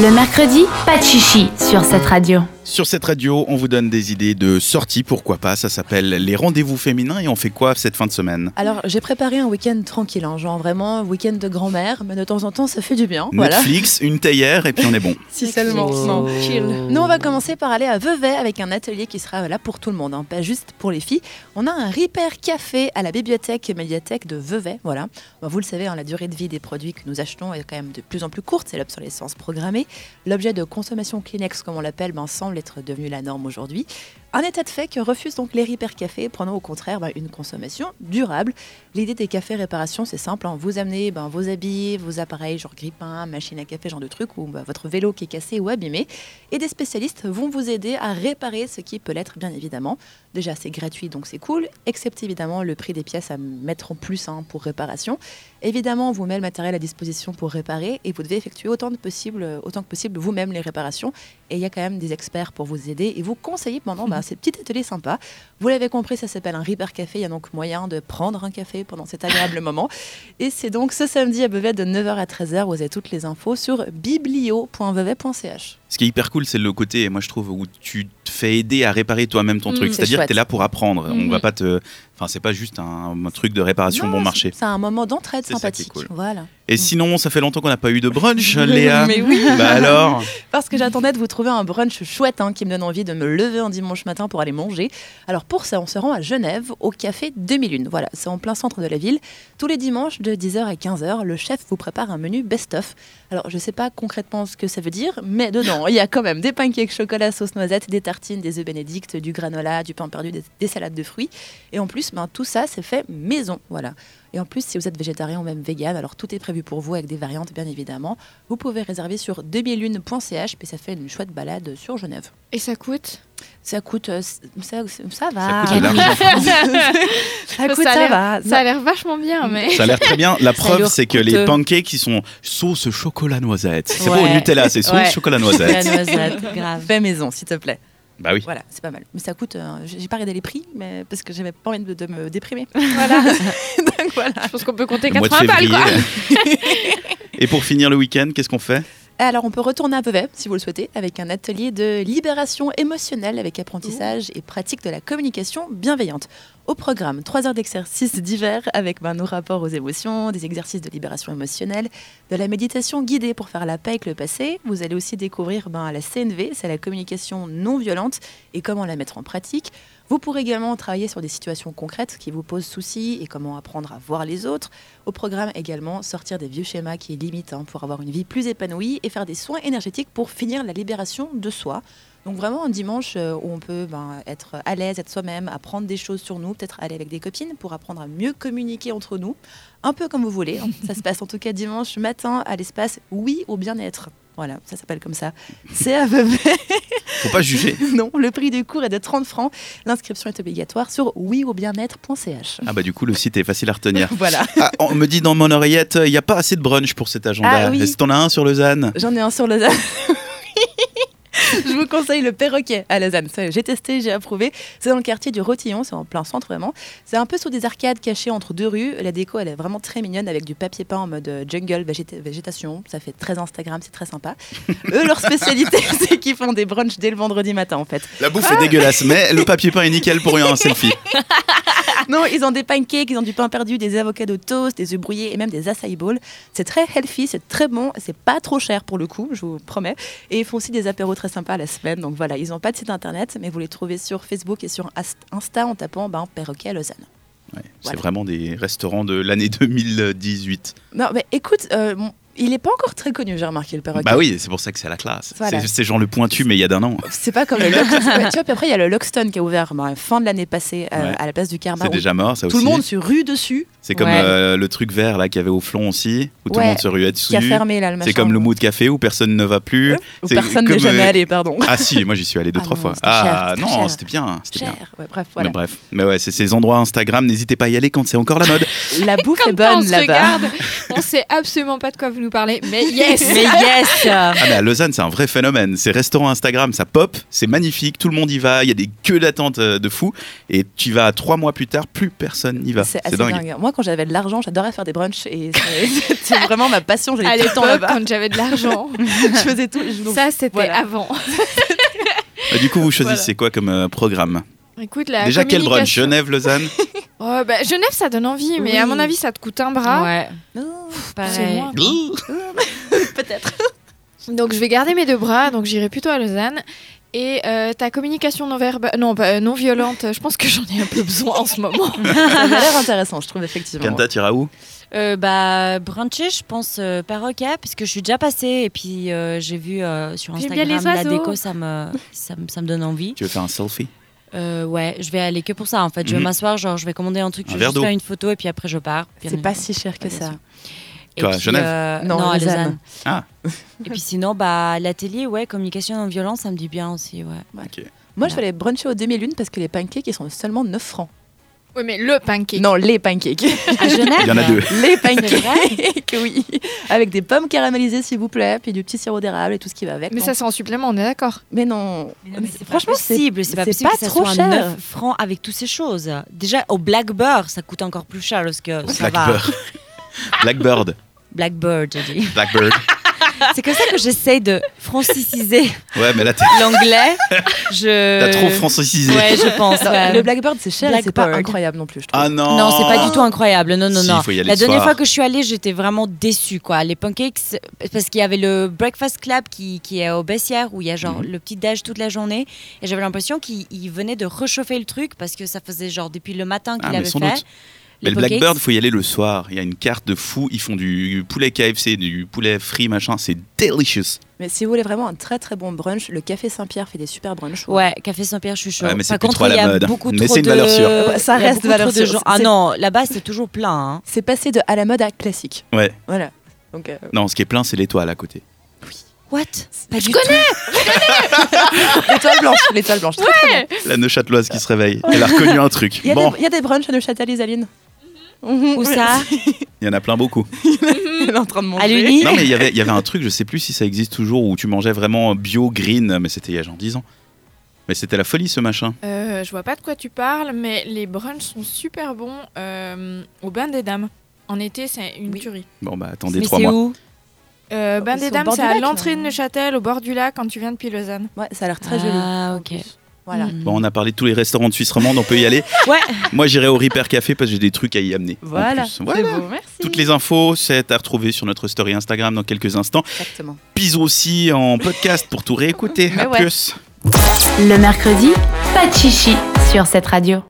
Le mercredi, pas de chichi sur cette radio. Sur cette radio, on vous donne des idées de sorties, pourquoi pas. Ça s'appelle les rendez-vous féminins et on fait quoi cette fin de semaine Alors, j'ai préparé un week-end tranquille, hein, genre vraiment un week-end de grand-mère, mais de temps en temps, ça fait du bien. Voilà. Netflix, une théière et puis on est bon. Si seulement. Non. Nous, on va commencer par aller à Vevey avec un atelier qui sera là pour tout le monde, hein, pas juste pour les filles. On a un Repair Café à la bibliothèque et médiathèque de Vevey. Voilà. Bah, vous le savez, hein, la durée de vie des produits que nous achetons est quand même de plus en plus courte, c'est l'obsolescence programmée. L'objet de consommation Kleenex, comme on l'appelle, ben, semble être devenu la norme aujourd'hui. Un état de fait que refusent donc les Repair Café, prenant au contraire ben, une consommation durable. L'idée des cafés réparation, c'est simple. hein. Vous amenez ben, vos habits, vos appareils, genre grippin, machine à café, genre de truc, ou ben, votre vélo qui est cassé ou abîmé. Et des spécialistes vont vous aider à réparer ce qui peut l'être, bien évidemment. Déjà, c'est gratuit, donc c'est cool, excepté évidemment le prix des pièces à mettre en plus hein, pour réparation. Évidemment, on vous met le matériel à disposition pour réparer et vous devez effectuer autant, de possible, euh, autant que possible vous-même les réparations. Et il y a quand même des experts pour vous aider et vous conseiller pendant bah, ces petits ateliers sympas. Vous l'avez compris, ça s'appelle un Repair Café. Il y a donc moyen de prendre un café pendant cet agréable moment. Et c'est donc ce samedi à Vevey de 9h à 13h. Vous avez toutes les infos sur biblio.vevey.ch. Ce qui est hyper cool, c'est le côté, moi je trouve, où tu te fais aider à réparer toi-même ton Mm, truc. c'est C'est-à-dire que chouette. t'es là pour apprendre. On Mm. va pas te. Enfin, c'est pas juste un, un truc de réparation Non, bon c'est- marché. C'est un moment d'entraide C'est ça qui est sympathique. cool. Voilà. Et sinon, ça fait longtemps qu'on n'a pas eu de brunch, Léa. Mais oui. Bah alors Parce que j'attendais de vous trouver un brunch chouette hein, qui me donne envie de me lever un dimanche matin pour aller manger. Alors pour ça, on se rend à Genève, au café Demi-Lune. Voilà, c'est en plein centre de la ville. Tous les dimanches de 10h à 15h, le chef vous prépare un menu best-of. Alors je ne sais pas concrètement ce que ça veut dire, mais dedans, il y a quand même des pancakes chocolat, sauce noisette, des tartines, des œufs bénédicts, du granola, du pain perdu, des, des salades de fruits. Et en plus, ben, tout ça, c'est fait maison. Voilà. Et en plus, si vous êtes végétarien ou même vegan, alors tout est prévu pour vous avec des variantes, bien évidemment. Vous pouvez réserver sur demi-lune.ch, puis ça fait une chouette balade sur Genève. Et ça coûte Ça coûte, euh, c- ça, ça va. coûte de l'argent. ça Ça coûte, a ça l'air- va. Ça a l'air vachement bien, mais. Ça a l'air très bien. La preuve, leur c'est que les coûteux. pancakes, ils sont sauce chocolat noisette. C'est pas Ouais. au Nutella, c'est sauce Ouais. chocolat noisette. noisette, grave. Fais maison, s'il te plaît. bah oui. Voilà, c'est pas mal. Mais ça coûte. euh, J'ai j'ai pas regardé les prix, mais parce que j'avais pas envie de, de me déprimer. Voilà. Donc voilà. Je pense qu'on peut compter Le mois de 80 balles, quoi. février. Et pour finir le week-end, qu'est-ce qu'on fait Alors, on peut retourner à Vevey, si vous le souhaitez, avec un atelier de libération émotionnelle avec apprentissage et pratique de la communication bienveillante. Au programme, trois heures d'exercices divers avec ben, nos rapports aux émotions, des exercices de libération émotionnelle, de la méditation guidée pour faire la paix avec le passé. Vous allez aussi découvrir ben, la CNV, c'est la communication non violente et comment la mettre en pratique. Vous pourrez également travailler sur des situations concrètes qui vous posent souci et comment apprendre à voir les autres. Au programme également, sortir des vieux schémas qui limitent hein, pour avoir une vie plus épanouie et faire des soins énergétiques pour finir la libération de soi. Donc vraiment un dimanche euh, où on peut ben, être à l'aise, être soi-même, apprendre des choses sur nous, peut-être aller avec des copines pour apprendre à mieux communiquer entre nous, un peu comme vous voulez. hein. Ça se passe en tout cas dimanche matin à l'espace Oui au bien-être. Voilà, ça s'appelle comme ça. C'est à peu près- Faut pas juger. Non, le prix du cours est de 30 francs. L'inscription est obligatoire sur oui-au-bien-être.ch. Ah bah du coup, le site est facile à retenir. Voilà. Ah, on me dit dans mon oreillette, il n'y a pas assez de brunch pour cet agenda. Ah oui. Est-ce que t'en as un sur Lausanne J'en ai un sur Lausanne. Je vous conseille le perroquet à Lausanne. Ça, J'ai testé, j'ai approuvé. C'est dans le quartier du Rotillon, c'est en plein centre vraiment. C'est un peu sous des arcades cachées entre deux rues. La déco, elle est vraiment très mignonne avec du papier peint en mode euh, jungle, végéta- végétation. Ça fait très Instagram, c'est très sympa. Eux, leur spécialité, c'est qu'ils font des brunchs dès le vendredi matin en fait. La bouffe est dégueulasse, mais le papier peint est nickel pour un selfie. Non, ils ont des pancakes, ils ont du pain perdu, des avocats de toast, des œufs brouillés et même des acai bowls. C'est très healthy, c'est très bon, c'est pas trop cher pour le coup, je vous promets. Et ils font aussi des apéros très sympas la semaine. Donc voilà, ils n'ont pas de site internet, mais vous les trouvez sur Facebook et sur Ast- Insta en tapant ben, perroquet à Lausanne. Ouais, C'est Voilà. vraiment des restaurants de l'année 2018. Non, mais écoute, euh, bon, il n'est pas encore très connu, j'ai remarqué le perroquet. Bah oui, c'est pour ça que c'est la classe. Voilà. Ah C'est- C'est genre le pointu, mais il y a d'un an. C'est pas comme le Loxton. Ouais, tu vois, puis après, il y a le Loxton qui a ouvert ben, fin de l'année passée euh, Ouais. à la place du Karma. C'est où déjà mort, ça Tout aussi. le monde se rue dessus, C'est comme Ouais. euh, le truc vert là qu'il y avait au flon aussi, où tout le Ouais, monde se ruait qui a dessus. fermé là le machin. C'est comme le mot de café où personne ne va plus. Où c'est personne n'est comme, jamais euh, allé, pardon. Ah si, moi j'y suis allé deux Ah trois non, fois. c'était cher, Ah c'était non, cher. c'était bien, c'était bien. Cher. Ouais, bref, voilà. Mais bref, mais ouais, c'est ces endroits Instagram. N'hésitez pas à y aller quand c'est encore la mode. La bouffe est Comme ça, on hein. bonne se là-bas. regarde, on sait absolument pas de quoi vous nous parler, mais yes Mais yes Ah mais à Lausanne, c'est un vrai phénomène. Ces restaurants Instagram, ça pop, c'est magnifique, tout le monde y va, il y a des queues d'attente euh, de fou. Et tu vas trois mois plus tard, plus personne n'y va. Bah, C'est assez dingue. Moi, quand j'avais de l'argent, j'adorais faire des brunchs et c'est- c'était vraiment ma passion. À J'allais tout le temps l'époque, là-bas. quand j'avais de l'argent, Je faisais tout. je- donc, ça c'était voilà. avant. Euh, Du coup, vous choisissez quoi comme euh, programme Écoute, Euh, la Déjà, quel brunch communication- Genève, Lausanne Oh, bah, Genève, ça donne envie, mais Oui. à mon avis, ça te coûte un bras. Ouais, Non, C'est pareil. loin. Peut-être. Donc je vais garder mes deux bras, donc j'irai plutôt à Lausanne. Et euh, ta communication non verbale, non, pas- euh, non violente, je pense que j'en ai un peu besoin en ce moment. Ça m'a l'air intéressant, je trouve effectivement. Kanta, t'iras où Euh, bah, bruncher, je pense euh, paroquet, puisque je suis déjà passée et puis euh, j'ai vu euh, sur J'aime Instagram bien les la oiseaux. déco, ça me, ça, me- ça me donne envie. Tu veux faire un selfie Euh, ouais, je vais aller que pour ça en fait. Je vais Mhm. m'asseoir, genre je vais commander un truc, Un je vais verre juste d'eau. faire une photo et puis après je pars. Bien C'est pas évidemment. si cher que Ouais, bien ça. sûr. Et Quoi, à puis, Genève euh, Non, Non, à Lausanne. Lausanne. Ah. Et puis sinon, bah, l'atelier, ouais, communication non violente, ça me dit bien aussi, ouais. Ok. Moi, je vais aller bruncher au demi-lune parce que les pancakes, ils sont seulement 9 francs. Oui, mais le pancake. Non, les pancakes. À Genève Il y en a deux. les C'est vrai pancakes, oui. Avec des pommes caramélisées, s'il vous plaît, puis du petit sirop d'érable et tout ce qui va avec. Mais Non. ça, c'est en supplément, on est d'accord. Mais non. Mais non, mais c'est Franchement, pas possible, c'est pas possible que ça trop soit un cher. 9 francs avec toutes ces choses. Déjà au Blackbird, ça coûte encore plus cher parce que ça va. Blackbird. Blackbird. Blackbird, j'ai dit. Blackbird. C'est comme ça que j'essaye de franciciser Ouais, mais là, t'es- l'anglais. Je Euh, t'as trop francisé. Ouais, je pense. ouais. Le Blackbird, c'est cher, et c'est pas Blackbird. incroyable non plus, je trouve. Ah non Non, c'est pas du tout incroyable. Non, non, Si, non. faut y aller La le dernière soir. fois que je suis allée, j'étais vraiment déçue, quoi. Les pancakes, parce qu'il y avait le Breakfast Club qui, qui est au Bessières, où il y a genre Mhm. le petit déj toute la journée. Et j'avais l'impression qu'ils ils venaient de rechauffer le truc, parce que ça faisait genre depuis le matin Ah, qu'il mais avait sans fait. doute. Mais le pancakes, Blackbird, faut y aller le soir. Il y a une carte de fou. Ils font du poulet KFC, du poulet frit, machin. C'est delicious. Mais si vous voulez vraiment un très très bon brunch, le Café Saint-Pierre fait des super brunchs. Ouais, Café Saint-Pierre, je suis chaud. Ouais, mais c'est Par plus contre, trop à la il y a mode. beaucoup Mais trop c'est une de- valeur sûre. il y a Ça reste beaucoup valeur trop de sûre. gens- Ah C'est- non, là-bas, c'est toujours plein. hein. C'est passé de à la mode à classique. Ouais. Voilà. Donc, euh, Non, ce qui est plein, c'est l'étoile à côté. What Pas Je du tout. l'étoile blanche, l'étoile blanche. très, très bien. La Neuchâteloise qui se réveille. Elle a reconnu un truc. Il y, a Bon, des, il y a des brunchs à Neuchâtel, Isaline. Où ça il y en a plein beaucoup. Mm. Elle est en train de manger. À l'Uni Non, mais il y avait- il y avait un truc, je sais plus si ça existe toujours, où tu mangeais vraiment bio, green, mais c'était il y a genre 10 ans. Mais c'était la folie ce machin. Euh, je vois pas de quoi tu parles, mais les brunchs sont super bons euh, au Bain des Dames. En été, c'est une Oui. tuerie. Bon, bah attendez Mais trois c'est mois. où Euh, Ils Bain sont des au Dames, bord c'est du à lac, l'entrée de non Neuchâtel, au bord du lac, quand tu viens depuis Lausanne. Ouais, ça a l'air très joli. Ah, ok. Voilà. Mm. Bon, on a parlé de tous les restaurants de Suisse romande, on peut y aller. Ouais. Moi, j'irai au Repair Café parce que j'ai des trucs à y amener. en Voilà. plus. Voilà. beau, merci. Toutes les infos, c'est à retrouver sur notre story Instagram dans quelques instants. Exactement. Puis aussi en podcast pour tout réécouter. Mais à ouais. plus. Le mercredi, pas de chichi sur cette radio.